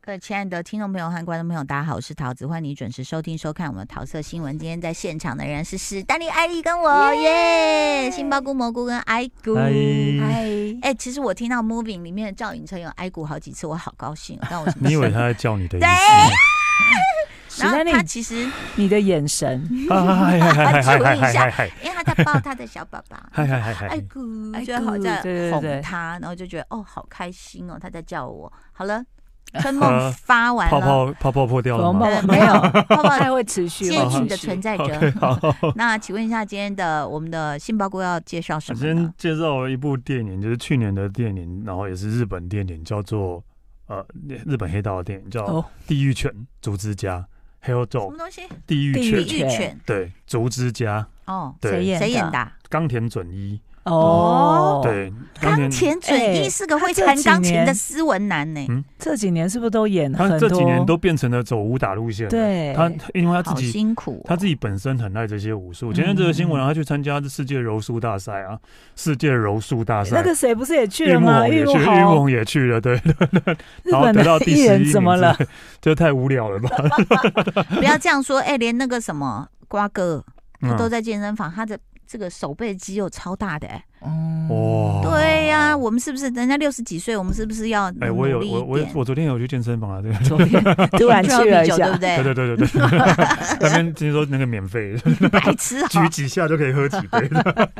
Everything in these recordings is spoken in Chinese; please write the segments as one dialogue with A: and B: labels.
A: 各位亲爱的听众朋友和观众朋友，大家好，我是桃子，欢迎你准时收听收看我们的桃色新闻。今天在现场的人是史丹利、艾丽跟我耶，杏鲍菇、蘑菇跟艾菇。
B: 嗨
A: 哎、
C: 哎，
A: 其实我听到 Moving 里面的赵寅成有艾菇好几次，我好高兴哦，但我什么
B: 你以
A: 事
B: 为他在叫你的意
A: 对
B: 思？
A: 情？
C: 史
A: 然
C: 丹
A: 后
C: 利
A: 他，其实
C: 你的眼神，
B: 啊嗨嗨嗨嗨嗨嗨嗨嗨
A: 因为他在抱他的小宝宝，
B: 嗨嗨嗨
A: 艾
B: 嗨！
A: 菇，
C: 哎
A: 就好
C: 咕
A: 在
C: 对对
A: 哄
C: 对
A: 他，然后就觉得哦，好开心哦，他在叫我。好了，春梦发完
B: 泡
A: 了，
B: 泡泡泡破掉了吗？
A: 对没有泡泡
C: 它会持续
A: 接近的存
C: 在。
A: 在着。
B: OK，好。
A: 那请问一下，今天的我们的杏鲍菇要介绍什
B: 我
A: 么
B: 先
A: 呢？
B: 介绍一部电影，就是去年的电影，然后也是日本电影，叫做呃日本黑道的电影，叫《
C: 哦，
B: 地狱犬竹之家》（Hell
A: 什
B: Dog）
A: 么。东西？
B: 地狱
C: 地
A: 地
C: 狱
B: 犬，
A: 狱犬
B: 对，竹之家，
A: 哦，
C: 谁
B: 对，
C: 演
A: 谁演
C: 的
A: 的
C: 啊？
A: 啊？
B: 冈田准一，
C: 哦，，
B: 对，
A: 冈田准一
C: 哎
A: 是个会
C: 他这
A: 弹钢
C: 几
A: 琴的
C: 年
A: 斯文男呢
B: 嗯，
C: 这几年是不是都演很
B: 他
C: 多？
B: 这几年都变成了走武打路线了。
C: 对
B: 他因为他
A: 好
B: 自己
A: 辛苦哦。
B: 他自己本身很爱这些武术。今天这
C: 嗯
B: 个新闻啊，他去参加世界柔术大赛啊，世界柔术大赛
C: 那，个谁不是也去
B: 玉
C: 了
B: 木
C: 吗？
B: 宏也
C: 木
B: 去，玉木
C: 宏，
B: 宏也去了，对，
C: 日
B: 然后
C: 本
B: 得到
C: 的
B: 第
C: 艺
B: 十一
C: 人
B: 名，
C: 怎么了？？
B: 这太无聊了吧？
A: 不要这样说，哎，连那个什么瓜哥，他都
B: 嗯
A: 在健身房，他的这个手背肌肉超大的哎。
B: 哇
C: 哦，
A: 对呀，我们是不是人家六十几岁，我们是不是要
B: 哎，我有
A: 努力一
B: 我我
A: 点
B: 我昨天有去健身房啊，对
A: 昨天
C: 突然
A: 喝
C: 去了
A: 啤
C: 一
A: 酒，对不
B: 对
C: 下，
A: 对？
B: 对对对 对，那边听说那个免费，
A: 白痴哈
B: 举，几下就可以喝几杯。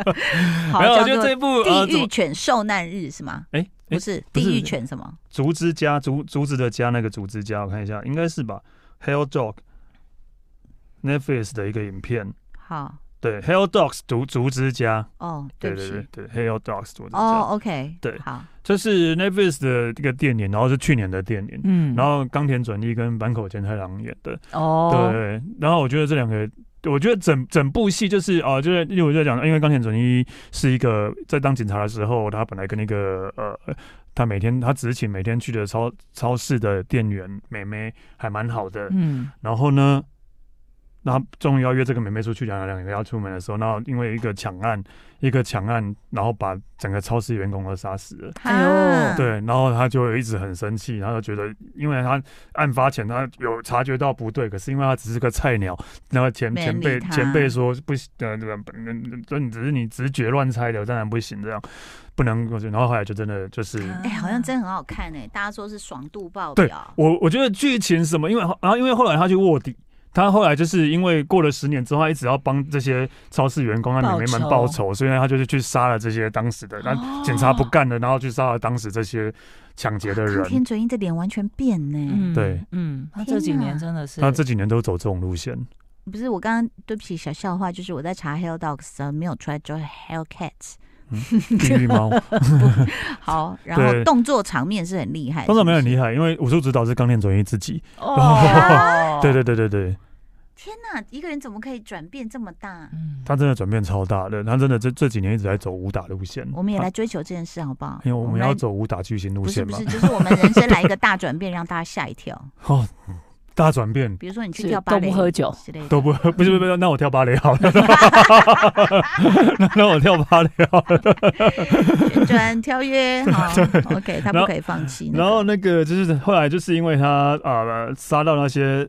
A: 好
B: 没有，
A: 叫
B: 就
A: 做
B: 这部呃，
A: 地
B: 怎
A: 狱
B: 么
A: 犬受难日是吗？
B: 哎
A: 不
B: 哎，
A: 是，
B: 不是
A: 地狱犬什么？
B: 竹之家竹竹子的家那个竹之家，我看一下，应该是吧？Hell Dog。Netflix 的一个影片，
A: 好，
B: 对，Hell Dogs 竹竹之家，
A: 哦，对
B: 对
A: 不
B: 对
A: 起
B: 对。对，Hell Dogs 竹之家，
A: 哦，OK，
B: 对
A: 好，
B: 这是 Netflix 的一个电影，然后是去年的电影，
C: 嗯
B: 然后冈田准一跟坂口健太郎演的，
C: 哦，
B: 对，然后我觉得这两个。我觉得整整部戏就是哦、就是因为我在讲，因为冈田准一是一个在当警察的时候，他本来跟那个呃，他每天他执勤每天去的超超市的店员妹妹还蛮好的，
C: 嗯，
B: 然后呢，那他终于要约这个妹妹出去，两两个要出门的时候，然后因为一个抢案，一个抢案，然后把整个超市员工都杀死了。
C: 哎呦
A: 啊
B: 对，然后他就一直很生气，然后就觉得，因为他案发前他有察觉到不对，可是因为他只是个菜鸟，然后前
A: 没人
B: 前
A: 理
B: 辈
A: 他
B: 前辈说不行，呃，这这你只是你直觉乱猜的，当然不行，这样不能过去。然后后来就真的就是，
A: 哎，好像真的很好看哎，大家说是爽度爆
B: 对
A: 表，
B: 我我觉得剧情什么，因为然后因为后来他去卧底。他后来就是因为过了十年之后，他一直要帮这些超市员工、他
C: 报
B: 美眉们
C: 仇
B: 报仇，所以他就是去杀了这些当时的，那
A: 哦
B: 啊警察
C: 哦
B: 不干了，然后去杀了当时这些抢劫的人
A: 康。天准一的脸完全变呢，
C: 嗯
B: 对，
C: 嗯，他
A: 天
C: 这几
A: 哪
C: 年真的是，
B: 他这几年都走这种 路线，
A: 不是我刚刚对不起小笑话，就是我在查 Hell Dogs 的时候没有出来，就是 Hell Cats。
B: 地狱猫。
A: 好，然后
B: 对
A: 动作场面是很厉害，
B: 通常没有很
A: 是
B: 厉害，因为武术指导是钢铁准一自己。，
C: 哦
B: 对对对对对，
A: 不是那一个人怎么可以转变这么大？
C: 嗯，
B: 他真的转变超大的，他真的这这几年一直在走武打路线。
A: 我们也来
B: 他，
A: 追求这件事好不好？
B: 因为哎我们
A: 来
B: 要走武打巨星路
A: 不是
B: 线
A: 不
B: 嘛
A: 是，。就是我们人生 来一个大转变，让大家吓一跳。
B: 哦，大转变
A: 比如说你去
C: 是
A: 跳芭
C: 都
A: 蕾
C: 不喝酒，
A: 之类的，
B: 都不 不是不是，那我跳芭蕾 好了，那那我跳芭蕾好了。
A: 转跳跃， 好，OK，他
B: 然
A: 不
B: 后
A: 可以放弃那个。
B: 然后那个就是后来就是因为他啊杀到那些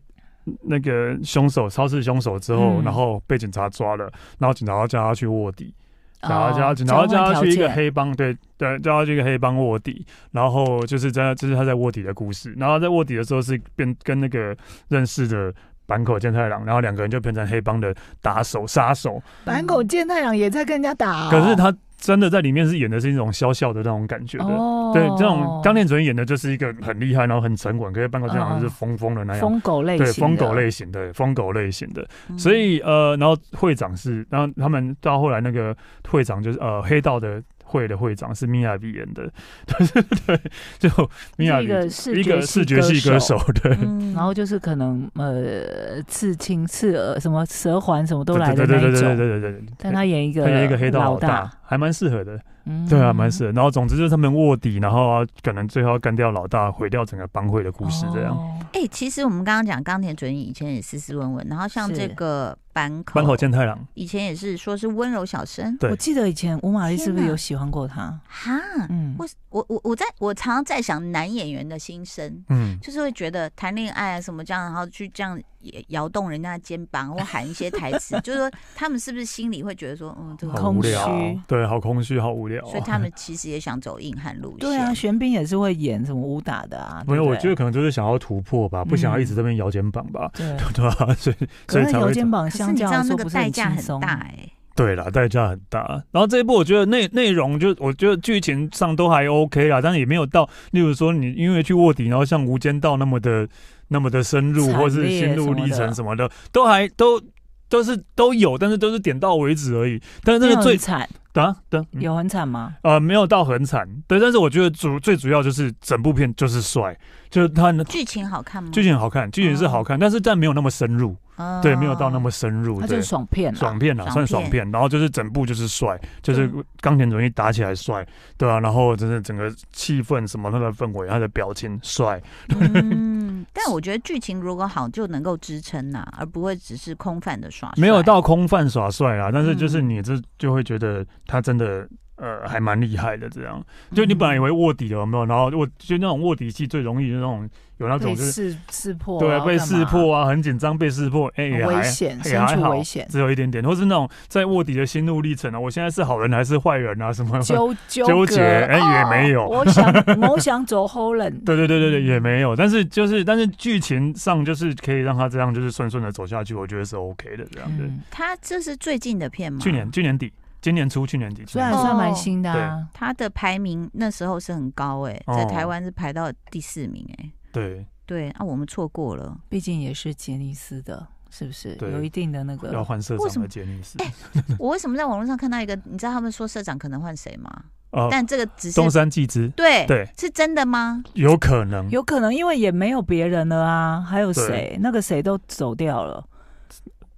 B: 那个凶手超市凶手之后，
C: 嗯
B: 然后被警察抓了，然后警察要叫他去卧底。然后叫
C: 哦
B: 他去，然后
C: 交
B: 叫
C: 换
B: 他
C: 条
B: 去一个
C: 件嗯
B: 黑帮，对对，叫他去一个黑帮卧底，然后就是在这、是他在卧底的故事，然后在卧底的时候是变跟那个认识的坂口健太郎，然后两个人就变成黑帮的打手杀手，
C: 坂口健太郎也在跟人家打哦，
B: 可是他真的在里面是演的是一种笑笑的那种感觉的。
C: 哦，
B: 对，这种当年主演演的就是一个很厉害，然后很沉稳，可是坂口健太郎
C: 嗯
B: 是疯疯的那样，
C: 疯狗类型
B: 对，
C: 的，
B: 疯狗类型的，疯狗类型的，
A: 嗯
B: 所以 呃，然后会长是，然后他们到后来那个会长就是呃黑道的会的会长是米亚比演的， 对对，就米亚
C: 是一
B: 比
C: 个视
B: 一个视觉系歌手，对。
A: 嗯
C: 然后就是可能呃刺青、刺耳什么蛇环什么都
B: 对
C: 来
B: 对
C: 的
B: 对
C: 那
B: 对
C: 一
B: 对对
C: 种，
B: 对对对，
C: 但他演一个
B: 他演一个黑道
C: 老
B: 老大，还蛮适合的。
C: 嗯
B: 对啊，蛮适合。然后总之就是他们卧底，然后、啊、可能最后要干掉老大，毁掉整个帮会的故事这样。
C: 哦
A: 哎、其实我们刚刚讲钢铁准以前也斯斯文文，然后像
C: 是
A: 这个坂口，
B: 坂口健太郎，
A: 以前也是说是温柔小生，
B: 对
C: 我记得以前吴玛丽是
A: 天
C: 不是
A: 哪
C: 有喜欢过他？
A: 哈，
C: 嗯，
A: 为我我我在我常常在想男演员的心声，
B: 嗯，
A: 就是会觉得谈恋爱啊什么这样，然后去这样也摇动人家的肩膀或喊一些台 词，就是说他们是不是心里会觉得说，嗯，这
B: 好
A: 个，
C: 空
B: 无聊啊
C: 虚，
B: 对，好空虚，好无聊。
A: 所以他们其实也想走硬汉路线，
C: 对啊，玄彬也是会演什么武打的啊。
B: 没有，
C: 对不
B: 我
C: 对嗯
B: 觉得可能就是想要突破吧，不想要一直这边摇肩膀吧，
C: 对，
B: 对吧？所以所
C: 可
B: 以
C: 是
B: 才
C: 有
B: 会
C: 肩膀
A: 可是
C: 相
A: 你知
C: 较来
A: 道那
C: 说
A: 个
C: 不是
A: 代价
C: 轻
A: 很
C: 松。
A: 大哎、
B: 对啦，代价很大。然后这一部我觉得内内容就我觉得剧情上都还 OK 啦，但是也没有到，例如说你因为去卧底，然后像《无间道》那么的那么的深入，
C: 惨烈
B: 或是心路历
C: 什么
B: 程
C: 的
B: 什么的，都还都都是都有，但是都是点到为止而已。但是那
C: 那
B: 个
C: 个
B: 最
C: 最惨，
B: 啊对嗯
C: 有很惨吗？
B: 呃没有到很惨，对，但是我觉得主最主要就是整部片就是帅，就是他
A: 剧情好看吗？
B: 剧情好看，剧情是好看，但是但没有那么深入，
A: 哦
B: 对，没有到那么深入，
C: 他嗯啊就
B: 对
C: 是。爽片啊啦。
B: 爽片啦，
A: 爽
B: 算爽片，然后就是整部就是帅，就是
A: 嗯
B: 钢铁容易打起来帅，对啊，然后就是整个气氛什么，他的氛围，他的表情帅，
A: 嗯，但我觉得剧情如果好，就能够支撑呐、而不会只是空泛的耍帅。
B: 没有到空泛耍帅啦，但是就是
C: 嗯
B: 你这就会觉得他真的。呃，还蛮厉害的，这样
C: 嗯
A: 嗯
B: 就你本来以为卧底了有没有？然后我就那种卧底戏最容易那种有那种
C: 被
B: 就是
C: 识识破啊，
B: 对啊
C: 干嘛
B: 被识，破啊，很紧张被识破，哎、
C: 很
B: 也
C: 危
B: 还
C: 险，
B: 也
C: 身
B: 还
C: 处
B: 好
C: 危险，
B: 只有一点点，或是那种在卧底的心路历程啊，我现在是好人还是坏人啊什 么？
C: 纠纠
B: 纠
C: 葛
B: 结哎也
C: 哦
B: 没有
C: 我想， 我想走后冷，
B: 对对对对对，
C: 嗯
B: 也没有，但是就是但是剧情上就是可以让他这样就是顺顺的走下去，我觉得是 OK 的这样对。
C: 嗯，
A: 他这是最近的片吗？
B: 去年去年底，今年初去年底，
C: 虽然
B: 去年
C: 算蛮
A: 哦
C: 新的啊，
A: 他的排名那时候是很高哎、
B: 哦
A: 在台湾是排到第四名哎、
B: 底对
A: 对啊，我们错过了。
C: 毕竟也是杰尼斯的，是不是？
B: 对
C: 有一定的那个
B: 要换社
A: 为什
B: 长
A: 么
B: 的杰尼斯，
C: 哎
A: 我为什么在网络上看到一个？你知道他们说社长可能换谁吗？
B: 呃，
A: 但这个只是
B: 东山纪之
A: 对
B: 对
A: 是真的吗？
B: 有可能
C: 有可能因为也没有别人了啊，还有
B: 对
C: 谁？那个谁都走掉了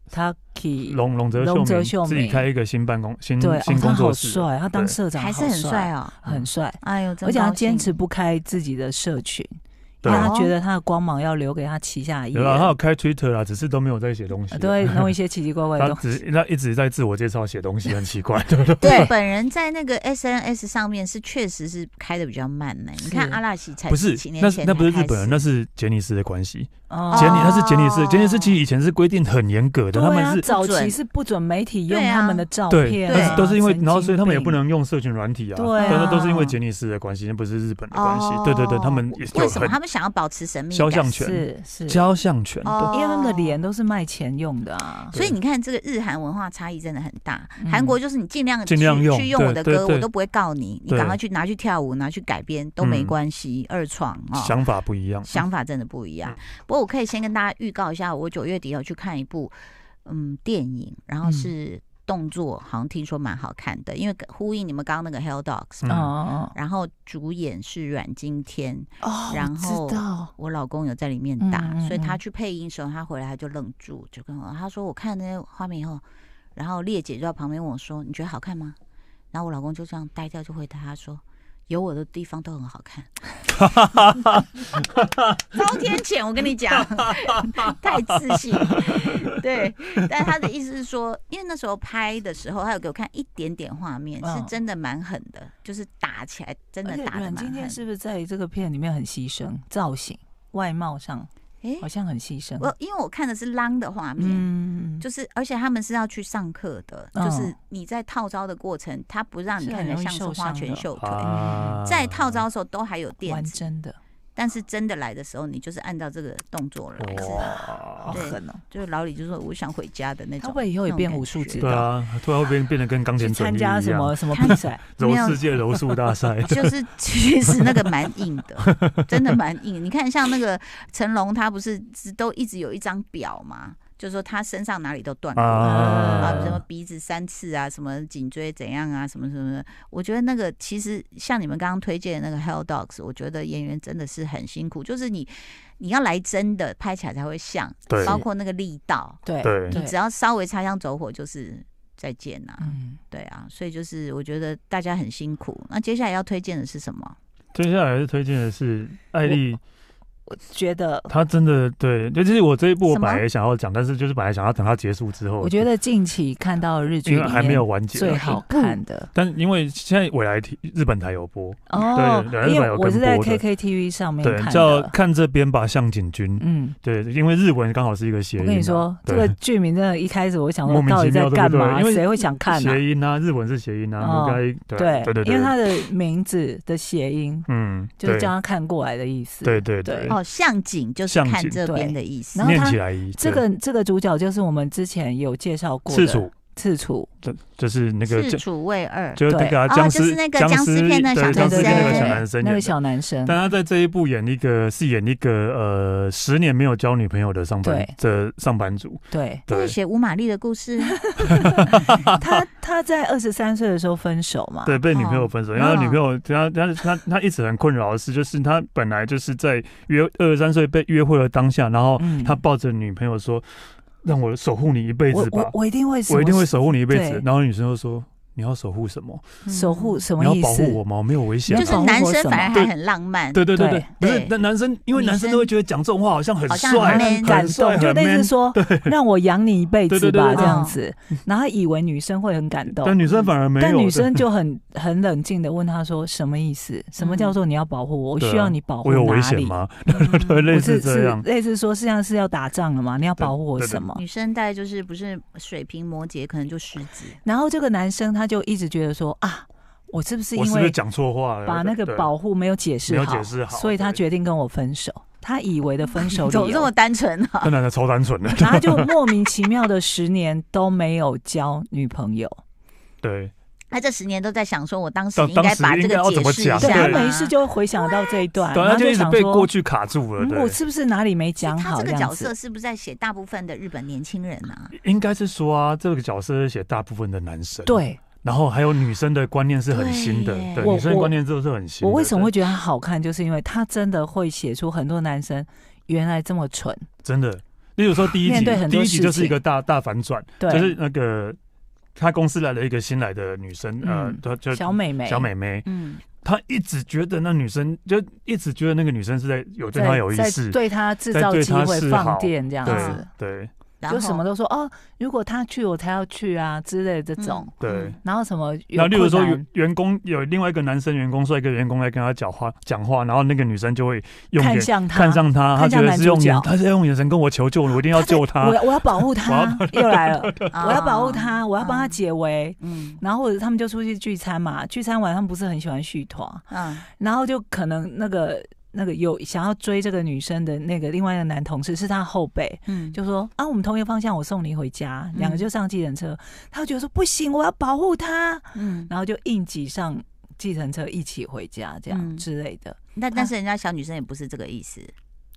C: ，Taki
B: 龙龙泽
C: 龙泽
B: 秀
C: 秀
B: 明
C: 明
B: 自己开一个新办公新
C: 对，哦
B: 新
C: 他
B: 工
C: 好
B: 作室，
C: 帅，他当
B: 对嗯
C: 社长
A: 还是
C: 好
A: 很
B: 啊
A: 帅，哦。
C: 很帅，
A: 哎呦，真
C: 而且
A: 高
C: 他
A: 兴
C: 坚持不开自己的社群，因
B: 对
C: 为
A: 啊
C: 他觉得他的光芒要留给他旗下的艺
B: 有啊，他有
C: 人，
B: 开 Twitter 啊，只是都没有在写东西，
C: 都会弄一些奇奇怪怪的
B: 他
C: 东西。
B: 只他一直在自我介绍写东西，很奇怪，对不对？
A: 对
C: 对
A: 本人在那个 SNS 上面是确实是开的比较慢呢、你看
C: 是
A: 阿拉西才
B: 不 是
A: 几，年
B: 那
A: 前
B: 那不是
A: 才开
B: 日本人，
A: 始
B: 那是杰尼斯的关系。
C: 哦
B: 杰尼他是杰尼
A: 哦
B: 斯，杰尼斯其实以前是规定很严格的，
C: 对
B: 他们
C: 啊，
B: 是
C: 早
A: 不准
C: 期是不准媒体用
A: 对啊
C: 他们的照
B: 对，
C: 片啊，
B: 但是都是因为
C: 神，经
B: 然后所以他们也
C: 病
B: 不。能用社群软体啊，
C: 对啊
B: 但是都是因为杰尼斯的关系，不是日本的关系
A: 哦。
B: 对对对，他们也
A: 为
B: 有
A: 什么
B: 很
A: 他们想要保持神秘
B: 肖
A: 感？
B: 像权
C: 是是，
B: 肖像权的，
A: 哦
C: 因为他们的脸都是卖钱用的啊。
A: 所以你看，这个日韩文化差异真的很大。
C: 嗯
A: 韩国就是你尽量
B: 尽量
A: 去
B: 用
A: 去用我的
B: 对对
A: 歌，
B: 对
A: 我都不会告你，你
B: 对
A: 赶快去拿去跳舞，拿去改编都没
B: 嗯
A: 关系，二创啊。
B: 想法不一样。
A: 想法真的不一样
B: 嗯。
A: 不过我可以先跟大家预告一下，我九月底有去看一部嗯电影，然后
C: 嗯
A: 是动作，好像听说蛮好看的，因为呼应你们刚刚那个 Hell Dogs
B: 嗯
A: 嘛。
C: 哦
A: 然后主演是阮经天，
C: 哦哦，
A: 然后
C: 我知道
A: 我老公有在里面
C: 嗯
A: 打，
C: 嗯
A: 所以他
C: 嗯
A: 去配音的时候，他回来他就愣住，就跟我他说：“我看那些画面以后，然后烈姐就在旁边问我说：‘你觉得好看吗？’然后我老公就这样呆掉，就回答他说：‘有我的地方都很好看。’遭天谴，我跟你讲， 太自信。对，但他的意思是说，因为那时候拍的时候，他有给我看一点点画面，是
C: 嗯
A: 真的蛮狠的，就是打起来真的
C: 而且
A: 打的
C: 阮
A: 蛮
C: 经
A: 狠
C: 天。是不是在这个片里面很牺牲造型、外貌上
A: 哎
C: 好像很牺牲？
A: 我因为我看的是浪的画面。
C: 嗯，
A: 就是，而且他们是要去上课的，
C: 嗯
A: 就是你在套招的过程，他不让你
C: 是
A: 看
C: 很
A: 起来
C: 容易
A: 像是
C: 受
A: 花
C: 伤
A: 拳
C: 的
A: 绣腿，
B: 啊
A: 在套招的时候都还有垫
C: 玩
A: 子，
C: 真的，
A: 但是真的来的时候，你就是按照这个动作来，
B: 哦
A: 是
B: 哇
C: 好
A: 对
C: 狠哦！
A: 就是老李就说我想回家的那
C: 他
A: 种。。
C: 会不会以后也变武术指
B: 对
C: 导？
B: 啊，突然会变变得跟钢铁
C: 去
B: 准
C: 参
B: 一
C: 加什
B: 样，
C: 么什么比赛？
B: 柔世界柔术大赛
A: 就是其实那个蛮硬的，真的蛮硬。你看，像那个成龙，他不是都一直有一张表嘛，就是说他身上哪里都断过，啊，什么
B: 啊，
A: 鼻子三次啊，什么颈椎怎样啊，什么什么的。我觉得那个其实像你们刚刚推荐的那个 Hell Dogs，我觉得演员真的是很辛苦，就是你你要来真的拍起来才会像，
B: 对
A: 包括那个力道，
C: 对
B: 对
A: 你只要稍微擦枪走火就是再见呐、
C: 嗯，
A: 对啊，所以就是我觉得大家很辛苦。那接下来要推荐的是什么？
B: 接下来是推荐的是艾丽，
C: 我觉得，
B: 她真的对，就是我这一部我
A: 什么
B: 本来也想要讲，但是就是本来想要等它结束之后，
C: 我觉得近期看到日剧
B: 因
C: 里
B: 为
C: 面
B: 还没有完结，
C: 最好看的
B: 但因为现在未来提日本台有播，
C: 哦
B: 对，
C: 因
B: 日本
C: 为
B: 有
C: 我是
B: 跟
C: 在
B: 播的
C: KKTV 上面
B: 对，
C: 看
B: 叫
C: 的。
B: 看这边吧，向井君。
C: 嗯，
B: 对，因为日文刚好是一个谐音、啊。
C: 我跟你说，这
B: 对
C: 个剧名真的，一开始我想
B: 莫
C: 说
B: 名
C: 到
B: 其
C: 底在
B: 妙
C: 干
B: 对不
C: 嘛？
B: 对因为
C: 谁会想看呢？
B: 谐音啊，日文是谐音啊，
C: 哦
B: 应该对
C: 对
B: 对对对，
C: 因为它的名字的谐音
B: 嗯，
C: 就是
B: 对
C: 将它看过来的意思。
B: 对对对
C: 对
A: 哦，向景就是
B: 向
A: 看
B: 井
A: 这边
C: 对
A: 的意思
C: 然。后
B: 念
C: 它
B: 起来一
C: 这个这个主角就是我们之前有介绍过
B: 赤
C: 的
B: 楚，
C: 赤楚，
B: 就就是那个
A: 赤楚卫二，
B: 就是那个啊
A: 对
B: 僵
A: 哦就
B: 尸
A: 是那个
B: 僵
A: 僵尸片的小
B: 对僵尸
C: 男
B: 片那个
C: 生
B: 小男生
C: 那
B: 演
C: 个
B: 的。
C: 小男生，
B: 但他在这一部演一个是演一个呃十年没有交女朋友的上班
C: 对
B: 的上班族，
C: 对
A: 他
B: 对
A: 是写吴玛丽的故事，啊
C: 他他在二十三岁的时候分手嘛，
B: 对，被女朋友分手，然后
A: 哦
B: 女朋友他他他他一直很困扰的事，就是他本来就是在约二十三岁被约会的当下，然后
C: 嗯
B: 哦他抱着女朋友说：“让我守护你一辈
C: 我
B: 子吧
C: 我，我一定会什么，
B: 我一定会守护你一辈子
C: 对。”
B: 然后女生就说：“你要守护什么？
C: 守护，什
B: 嗯你
C: 么
B: 要
C: 意
B: 保
C: 思？
B: 护我吗？我没有危险
A: 就
C: 你
B: 吗。
C: 要
A: 是男
C: 保护我
A: 生
C: 什
A: 反而
C: 么
A: 还很浪漫，
B: 对对对对
C: 对，
B: 不是
A: 对
B: 那男生，因为
A: 女
B: 男生
A: 生
B: 都会觉得讲这种话好像很
A: 好像
B: 帅、
A: 很
B: 很
A: man
C: 感
B: 帅、
C: 动，就
B: 很
C: 类
B: man
C: 似。说让我养你一辈
B: 对对
C: 子
B: 对
C: 吧，
B: 对
C: 这样
A: 哦
C: 子。然后他以为女生会很感动，
B: 但女生反而没有。
C: 但女
B: 对
C: 生就很很冷静的问他说：“什么意思？什么叫做你要保护我？我
B: 嗯对啊
C: 需要你保护
B: 我有危
C: 哦哪
B: 险
C: 里？
B: 吗？
A: 嗯
B: 对，类
C: 不
B: 似
C: 是
B: 这
C: 是
B: 样。
C: 类似说，实际上是要打仗了嘛？你要保护我
B: 对对对
C: 什么？
A: 女生大概就是不是水瓶摩羯，可能就狮 子。
C: 然后这个男生他就一直觉得说啊，我是不是
B: 我
C: 因
B: 是不是
C: 为
B: 讲错话了？
C: 把那个
B: 对
C: 保护没有解释
B: 没有
C: 好，
B: 解释好
C: 所以他
B: 对
C: 决定跟我分手。他以为的分手理
A: 怎
B: 哦
A: 么这么
C: 由，
A: 单纯啊？
B: 那男的超单纯的，
C: 然后他就莫名其妙的十年都没有交女朋友。
B: 对，
C: 哎
B: 啊
A: 他这十年都在想，说我当时
B: 当
A: 应该把
B: 当时
A: 这
B: 应该
A: 个
B: 要
A: 解
B: 怎么
A: 释一
B: 讲
C: 对
A: 下啊
C: 他
B: 对
A: 嘛
C: 每次就会回想到这一段，
B: 啊对，
C: 然
B: 他
C: 后
B: 就一直
C: 想
B: 被
C: 说
B: 过去卡住了。
C: 嗯
B: 对
C: 我，是不是哪里没讲
A: 他
C: 好
A: 啊这
C: 这
A: 个
C: 样
A: 角
C: 子
A: 色？是不是在写大部分的日本年轻人啊？
B: 应该是说啊，这个角色是写大部分的男生，，
C: 对
B: 然后还有女生的观念是很新的
A: 对，耶
B: 对，
C: 我
B: 女生的
C: 我
B: 观念真的是很新的。
C: 我为什么会
B: 对
C: 觉得他好看，就是因为他真的会写出很多男生原来这么蠢。
B: 真的？例如说第一集
C: 面对，很
B: 第
C: 多
B: 一集
C: 事
B: 就是一
C: 情
B: 个大大反转，
C: 对，
B: 就是那个他公司来了一个新来的女生，呃
C: 嗯，
B: 她就
C: 小美眉，
B: 小美眉，
A: 嗯，
B: 她一直觉得那女生就一直觉得那个女生是在有对
C: 在
B: 她有意
C: 在
B: 思，
C: 对他制
B: 在
C: 造
B: 对
C: 机
B: 她
C: 会
B: 示好
C: 放电这样
B: 对
C: 子，
B: 对
A: 然后
C: 就什么都说哦，如果他去我才要去啊之类的这种。
A: 嗯
B: 对。
C: 然后什么
B: 然
C: 有
B: 后，例如说
C: 困难
B: 员员工有另外一个男生员工，帅哥员工来跟他讲话讲话，然后那个女生就会用眼
C: 看向他，
B: 看上他，他
C: 看
B: 觉
C: 上
B: 得
C: 男
B: 是
C: 主
B: 用眼，
C: 角
B: 他是用眼神跟我求救，我一定要
C: 在
B: 救他
C: 我。要我要保护
B: 我要
C: 他，又来 了，我
A: 我
C: 要保护他，我要帮他，解围。
A: 啊嗯
C: 然后或者他们就出去聚餐嘛，聚餐完他们不是很喜欢续团，
A: 嗯，
C: 然后就可能那个那个有想要追这个女生的那个另外一个男同事是他后辈，
A: 嗯，
C: 就说啊我们同一个方向，我送你回家，
A: 嗯
C: 两个就上计程车，他就觉得说不行，我要保护他，
A: 嗯，
C: 然后就硬挤上计程车一起回家
A: 嗯
C: 这样之类的。
A: 那但是人家小女生也不是这个意 思，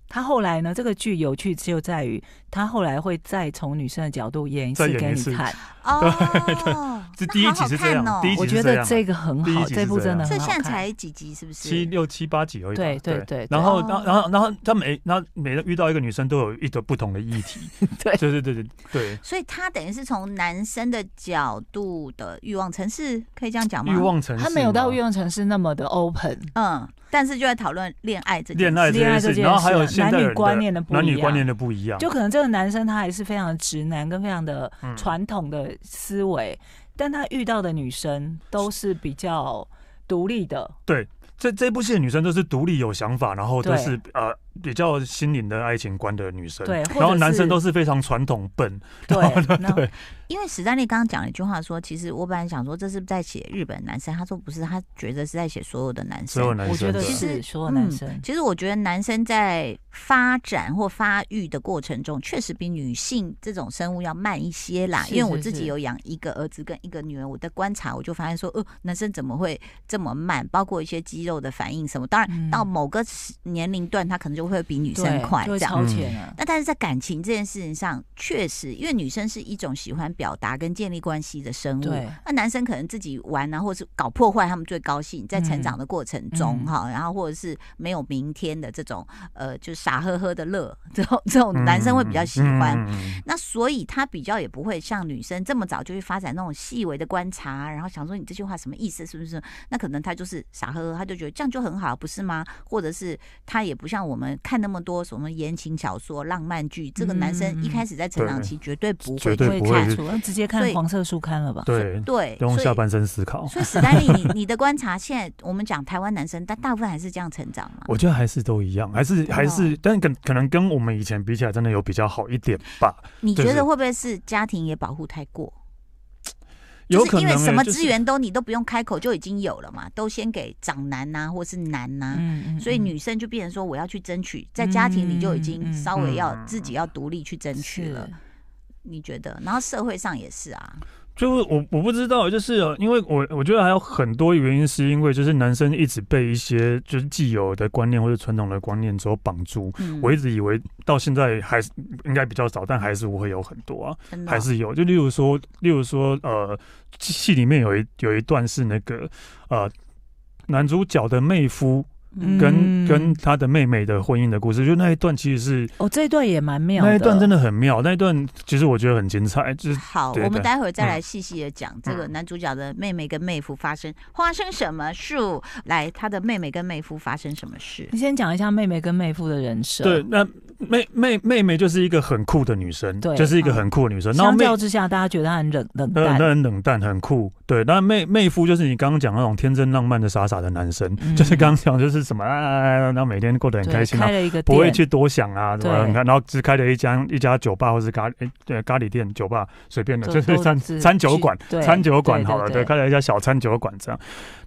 C: 他后来呢？这个剧有趣就在于，他后来会再从女生的角度演一次
B: 再演
C: 给
B: 一
C: 你
B: 次
C: 看。
A: 哦，
B: 这
A: 那
B: 第一集
A: 好好
B: 是这
A: 看
B: 样
A: 哦
B: 第一集
C: 我觉得这个很
B: 第一
C: 好，
B: 集是啊
C: 这部真的
A: 这
C: 很好
A: 现在
C: 看。
A: 才几集是不是？
B: 七六七八集而已吧。
C: 对对对对
B: 然后，然
A: 哦
B: 后，然后，然后他每，然后每遇到一个女生都有一个不同的议题。
C: 对
B: 对对对对对。
A: 所以他等于是从男生的角度的欲望城市，可以这样讲吗？
B: 欲，望城市
C: 他没有到欲
B: 望
C: 望城市那么的 open，
A: 嗯，但是就在讨论恋爱这件
B: 恋爱这
C: 恋爱
B: 件
C: 这
B: 事，
C: 件
B: 然后还有
C: 事啊
B: 现代
C: 男女
B: 人的
C: 观念的不
B: 男
C: 一
B: 女
C: 样
B: 观念的不一样，
C: 就可能这个男生他还是非常的直男跟非常的
B: 嗯
C: 传统的思维，但他遇到的女生都是比较独立的，
B: 这这部戏的女生都是独立有想法，然后都
C: 对
B: 是呃比较心灵的爱情观的女生，
C: 对或
B: 然后
C: 者
B: 男生
C: 是
B: 都是非常传统笨，
C: 对，然后
B: 哦对
A: 因为史丹利刚刚讲了一句话说，其实我本来想说这是在写日本男生，他说不是，他觉得是在写所有的男
B: 所有
A: 生。
B: 男
C: 我
B: 生
C: 觉
B: 的
C: 得
A: 其实嗯
C: 是所有男生，
A: 其实我觉得男生在发展或发育的过程中，确实比女性这种生物要慢一些啦。
C: 是
A: 因为我
C: 是
A: 自己
C: 是
A: 有养一个儿子跟一个女儿，我在观察，我就发现说，呃，男生怎么会这么慢？包括一些肌肉的反应什么。当然，
C: 嗯
A: 到某个时年龄段，他可能就就会比女
C: 对
A: 生快
C: 就会
A: 这样
B: 嗯
C: 超前啊。
A: 那但是在感情这件事情上，确实，因为女生是一种喜欢表达跟建立关系的生物
C: 对，
A: 那男生可能自己玩啊，或是搞破坏，他们最高兴，在成长的过程中
C: 嗯
A: 哈、然后或者是没有明天的这种呃，就傻呵呵的乐，这种这种男生会比较喜欢。
B: 嗯嗯嗯嗯
A: 那所以他比较也不会像女生这么早就去发展那种细微的观察，然后想说你这句话什么意思，是不是？那可能他就是傻呵呵，他就觉得这样就很好，不是吗？或者是他也不像我们看那么多什么言情小说、浪漫剧，这个男
B: 嗯
A: 生一开始在成长期绝对不会
B: 绝对
A: 去
B: 不会
A: 看
B: 去
C: 主要直接看
A: 所以
C: 黄色书刊了吧？
B: 对，
A: 对，
B: 都用
A: 所以
B: 下半身思考。
A: 所以史丹利，你你的观察，现在我们讲台湾男生，但大部分还是这样成长嘛？
B: 我觉得还是都一样，还是
A: 的哦
B: 还是，但可可能跟我们以前比起来，真的有比较好一点吧。
A: 你
B: 就是
A: 觉得会不会是家庭也保护太过？
B: 有
A: 就是
B: 可
A: 因
B: 能
A: 为
B: 欸
A: 什么
B: 就是
A: 资源都你都不用开口就已经有了嘛，都先给长男呐、或是男呐、
C: 嗯，嗯
A: 所以女生就变成说我要去争取，在家庭里就已经稍微要
B: 嗯嗯嗯嗯
A: 自己要独立去争取了，，你觉得？然后社会上也是啊，
B: 就是我我不知道，就是呃因为我我觉得还有很多原因，是因为就是男生一直被一些就是既有的观念或者传统的观念所绑住。
A: 嗯
B: 我一直以为到现在还是应该比较少，但还是会有很多啊，
A: 真的
B: 还是有。就例如说，例如说，呃，戏里面有一有一段是那个呃男主角的妹夫
A: 嗯
B: 跟、
C: 嗯
B: 跟他的妹妹的婚姻的故事，就那一段其实是
C: 哦，这一段也蛮妙的，
B: 那一段真的很妙，那一段其实我觉得很精彩，就是
A: 好，
B: 对嗯
A: 我们
B: 对
A: 待会儿再来细细的讲这个男主角的妹妹跟妹夫发生发生什么事。来，他的妹妹跟妹夫发生什么事？
C: 你先讲一下妹妹跟妹夫的人设。
B: 对，，那妹妹妹妹就是一个很酷的女生，
C: 对嗯
B: 就是一个很酷的女生。然后
C: 相
B: 妹嗯
C: 较之下，大家觉得她很冷冷
B: 那
C: 淡
B: 那。很冷淡，很酷。对，那妹妹夫就是你刚刚讲那种天真浪漫的傻傻的男生，
C: 嗯
B: 就是刚刚讲就是什么啊啊啊，啊然后每天过得很
C: 对
B: 开心啊
C: 开，了一个
B: 不会
C: 店
B: 去多想啊，怎么
C: 对
B: 你看，然后只开了一家一家酒吧或是咖诶对咖喱店酒吧随便的，
C: 都
B: 就是
C: 都
B: 餐
C: 是
B: 餐酒
C: 去
B: 馆
C: 对
B: 餐酒馆
C: 对
B: 好了，
C: 对
B: 对，开了一家小餐酒馆这样。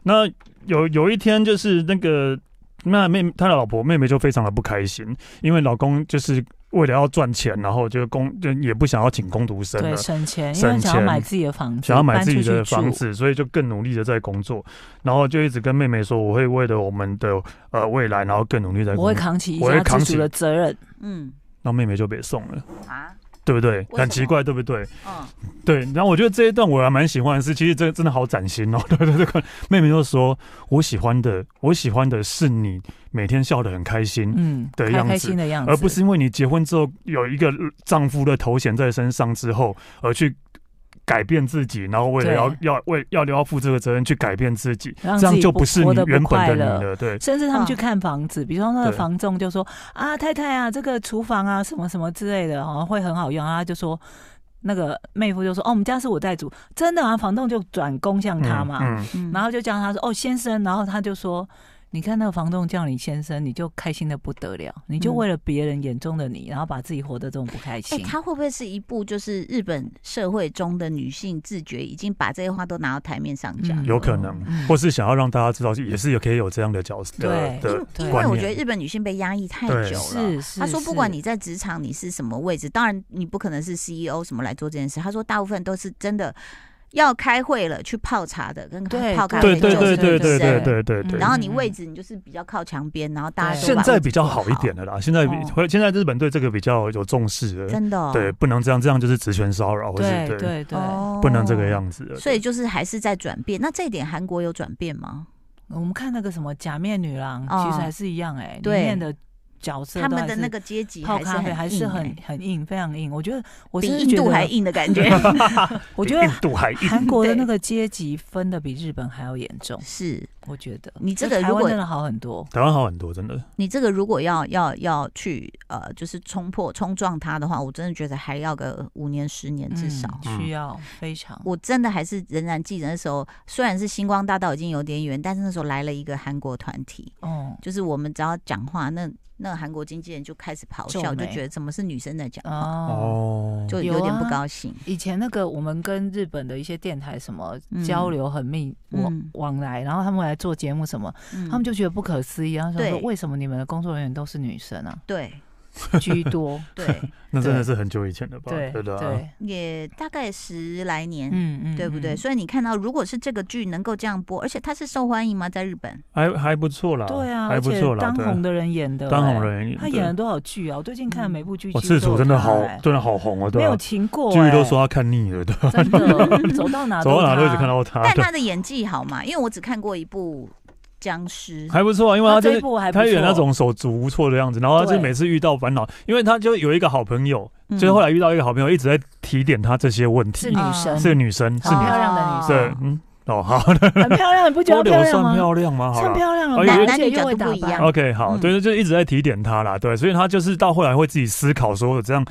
B: 那有有一天就是那个那妹他的老婆妹妹就非常的不开心，因为老公就是为了要赚钱，然后就工就也不想要请工读生了
C: 对，省钱，因
B: 啊省
C: 为想要
B: 钱
C: 买自己的房子，
B: 想要买自己的
C: 搬出去
B: 房
C: 住，
B: 子，所以就更努力的在工作，然后就一直跟妹妹说，我会为了我们的呃未来，然后更努力在
C: 我
B: 工
C: 会
B: 作。
C: 扛起一
B: 我会
C: 家
B: 扛
C: 之
B: 起
C: 主的责任。
A: 嗯
B: 然后妹妹就被送了，
A: 啊，
B: 对不对？
A: 么
B: 很奇怪，对不对？
A: 嗯，
B: 对。然后我觉得这一段我还蛮喜欢的是，其实这真的好崭新哦。对对对，这个妹妹就说，我喜欢的，我喜欢的是你每天笑得很开心，
C: 嗯，
B: 的
C: 开
B: 样
C: 开
B: 子
C: 心的样子，
B: 而不是因为你结婚之后有一个丈夫的头衔在身上之后，而去改变自己，然后为了
C: 对
B: 要要为要要负这个责任去改变自己，
C: 让
B: 这样
C: 自己
B: 就
C: 不
B: 不是
C: 活
B: 你
C: 得不
B: 原本
C: 快
B: 的你
C: 乐
B: 了。对，
C: 甚至他们去
A: 啊
C: 看房子，比如说那个
B: 对
C: 房仲就说啊，太太啊，这个厨房啊，什么什么之类的，好像会很好用。然后他就说，那个妹夫就说，哦，我们家是我在煮，真的啊，房东就转攻向他嘛，
B: 嗯，
A: 嗯
C: 然后就叫他说，哦，先生，然后他就说。你看那个房东叫你先生，你就开心的不得了，你就
A: 嗯
C: 为了别人眼中的你，然后把自己活得这么不开
A: 哎、
C: 心。
A: 他会不会是一部就是日本社会中的女性自觉已经把这些话都拿到台面上讲？
C: 嗯
B: 有可能
C: 嗯，
B: 或是想要让大家知道，也是有可以有这样的角色的
C: 对
B: 的
A: 因因为
B: 观
A: 我觉得
B: 念。
A: 日本女性被压抑太
B: 对
A: 久了。
C: 是是，
A: 他说，
C: 是
A: 不管你在职场你是什么位置，当然你不可能是 CEO 什么来做这件事。他说，大部分都是真的要开会了去泡茶的，跟
C: 对
A: 泡咖
B: 对
A: 啡
B: 对
A: 酒
B: 对
A: 的
B: 对对
A: 女生
B: 对对对对。
A: 然后你
C: 嗯嗯
A: 位置你就是比较靠墙边，然后大家
C: 对
A: 都
B: 现
A: 把
B: 在
A: 位置
B: 比较
A: 坐
B: 好一点了啦，现在比
C: 哦
B: 会现在日本对这个比较有重视了，
A: 真的、哦、
B: 对，不能这样，这样就是职权骚扰，或是
C: 对对对，
A: 哦，
B: 不能这个样子了。
A: 所以就是还是在转变。那这一点韩国有转变吗？
C: 我们看那个什么假面女郎，
A: 哦
C: 其实还是一样哎、
A: 对
C: 里面的角色
A: 他
C: 都
A: 们
C: 还
A: 的
C: 是
A: 那个阶级
C: 泡
A: 还是
C: 咖啡
A: 很
C: 还
A: 硬
C: 是很
A: 欸
C: 很硬，非常硬。我觉得我
A: 比
C: 是
A: 印
C: 觉
A: 度
C: 得
A: 还，硬的感 觉。
C: 我
B: 比
C: 觉得
B: 印度还硬。
C: 韩国的
A: 对
C: 那个阶级分的比日本还要严重。
A: 是
C: 我觉得
A: 你这
C: 就
A: 个
C: 台
A: 如
C: 湾
A: 果
C: 真的好很多，
B: 台湾好很多，真的。
A: 你这个如果要要要去呃，就是冲破冲撞它的话，我真的觉得还要个五年十年至少。
C: 嗯
B: 嗯
C: 需要非常。
A: 我真的还是仍然记得那时候，虽然是星光大道已经有点远，但是那时候来了一个韩国团体，
C: 哦
A: 就是我们只要讲话，那那韩国经纪人就开始咆
C: 皱
A: 哮，
C: 眉
A: 就觉得怎么是女生在讲话，
C: 哦，
B: 哦，
A: 就
C: 有
A: 有点不
C: 啊
A: 高兴。
C: 以前那个我们跟日本的一些电台什么
A: 嗯
C: 交流很密往
A: 嗯
C: 往来，然后他们来做节目什么，
A: 嗯
C: 他们就觉得不可思议，然后想说
A: 对
C: 为什么你们的工作人员都是女生啊？
A: 对
C: 居 多，
A: 对，
B: 那真的是很久以前了吧？
C: 对
B: 对的、啊，
C: 对，
A: 也大概十来年，
C: 嗯嗯，
A: 对不对？
C: 嗯？
A: 所以你看到，如果是这个剧能够这样播，而且它是受欢迎吗？在日本，
B: 还还不错啦，
C: 对啊，
B: 还不错啦，
C: 而且当
B: 对
C: 红的人演的，
B: 当
C: 哎
B: 红，人，
C: 他
B: 对
C: 演了，多少剧啊？我最近看的每部剧，
B: 我赤楚真的好，
C: 哎
B: 真的好红哦，
C: 没
B: 对
C: 有
B: 啊，
C: 停过，
B: 剧
C: 哎啊
B: 都说他看腻了，对啊，
C: 真 的，走到哪
B: 走到哪
C: 他
B: 都一直看。到他，
A: 但
B: 啊对，
A: 他的演技好嘛？因为我只看过一部僵尸，
B: 还不错啊，因为
C: 他
B: 他就
C: 这一
B: 是
C: 部还不
B: 他
C: 错，
B: 有点那种手足无措的样子，然后他就是
C: 对嗯
B: 每次遇到烦恼，因为他就有一个好朋友，就是后
A: 来
B: 来遇到一个好朋友一直在提点他这些问题
C: 是，女
A: 嗯
C: 生，
B: 是女生，是
C: 很
B: 女
C: 哦漂亮的女
B: 对
C: 生，，
B: 嗯，哦，好的，
C: 很漂 亮，你不觉
B: 波
C: 得
B: 流
C: 她漂亮
B: 算
C: 吗？
B: 漂亮吗？好
C: 算
B: 了。
C: 漂亮
B: 哦
C: 了，
B: 有啊
C: 而
B: 一
A: 男
C: 且
A: 女
C: 又
A: 角
C: 会
A: 度
C: 打
A: 不一
C: 扮
A: 样。
B: OK，好，
A: 嗯
B: 对，就一直在提点他啦，对，所以他就是到后来会自己思考说，我这样、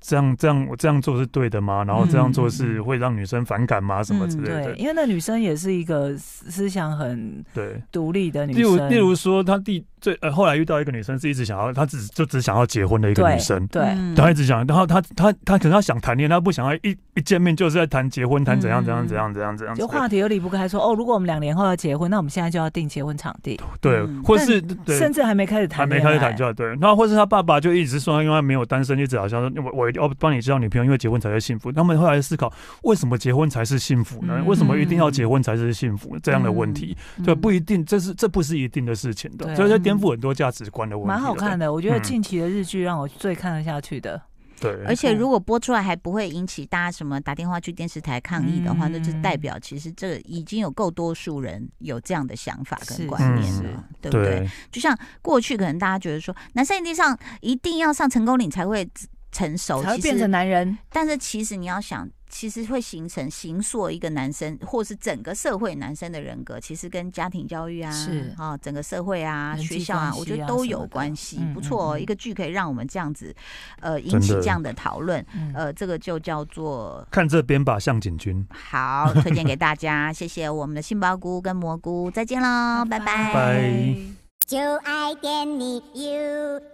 B: 这样、这样，我这样做是对的吗？然后这样做是会让女生反感吗？什么之类的
C: 对，，因为那女生也是一个思思想很
B: 对。
C: 独立的女
B: 例如，
C: 生，
B: 例如说，他第最呃后来遇到一个女生，是一直想要，他只就只想要结婚的一个
C: 对
B: 女生，
A: 嗯
C: 对，
B: 他一直想，然后他他他可能他想谈恋爱，他不想要一一见面就是在谈结婚，谈怎样怎样怎样怎样怎样之
C: 就
B: 类的，
C: 话题又离不开说哦，如果我们两年后要结婚，那我们现在就要定结婚场地，
B: 对，
A: 嗯
B: 或是对
C: 甚至还没开始
B: 还
C: 谈
B: 没
C: 恋爱，
B: 开始谈就对，然后或是他爸爸就一直说，因为他没有单身，一直好像说，我我一定要帮你介绍女朋友，因为结婚才是幸福。他们后来思考，为什么结婚才是幸福呢？
C: 嗯
B: 为什么一定要结婚才是幸福？这样的问题，对，
C: 嗯
B: 不一定，这是这不是一定的事情的，
C: 对
B: 所以就颠覆很多价值观的问题。
C: 蛮好看
B: 的，
C: 的，我觉得
B: 嗯
C: 近期的日剧让我最看得下去的。
B: 对，
A: 而且如果播出来还不会引起大家什么打电话去电视台抗议的话，
C: 嗯
A: 那就代表其实这已经有够多数人有这样的想法
C: 是
A: 跟观念
B: 是
A: 了，对不对？
B: 对，
A: 就像过去可能大家觉得说，男生一定上一定要上成功岭才会成熟，
C: 才会
A: 哦其
C: 变成
A: 实
C: 男人。
A: 但是其实你要想，其实会形成形塑一个男生，或是整个社会男生的人格，其实跟家庭教育啊，
C: 是
A: 啊、整个社会啊、
C: 人
A: 学
C: 际
A: 校啊
C: 关，系啊
A: 我觉得都有关
C: 什
A: 系
C: 么的。嗯
A: 不错、哦，
C: 嗯嗯
A: 一个剧可以让我们这样子，呃，引
B: 真的
A: 起这样的讨论，
C: 嗯，
A: 呃，这个就叫做。
B: 看这边吧，向井君，
A: 好，推荐给大家，谢谢我们的杏鲍菇跟哦 蘑菇，再见喽，拜拜
B: 拜拜
D: 就爱点你 U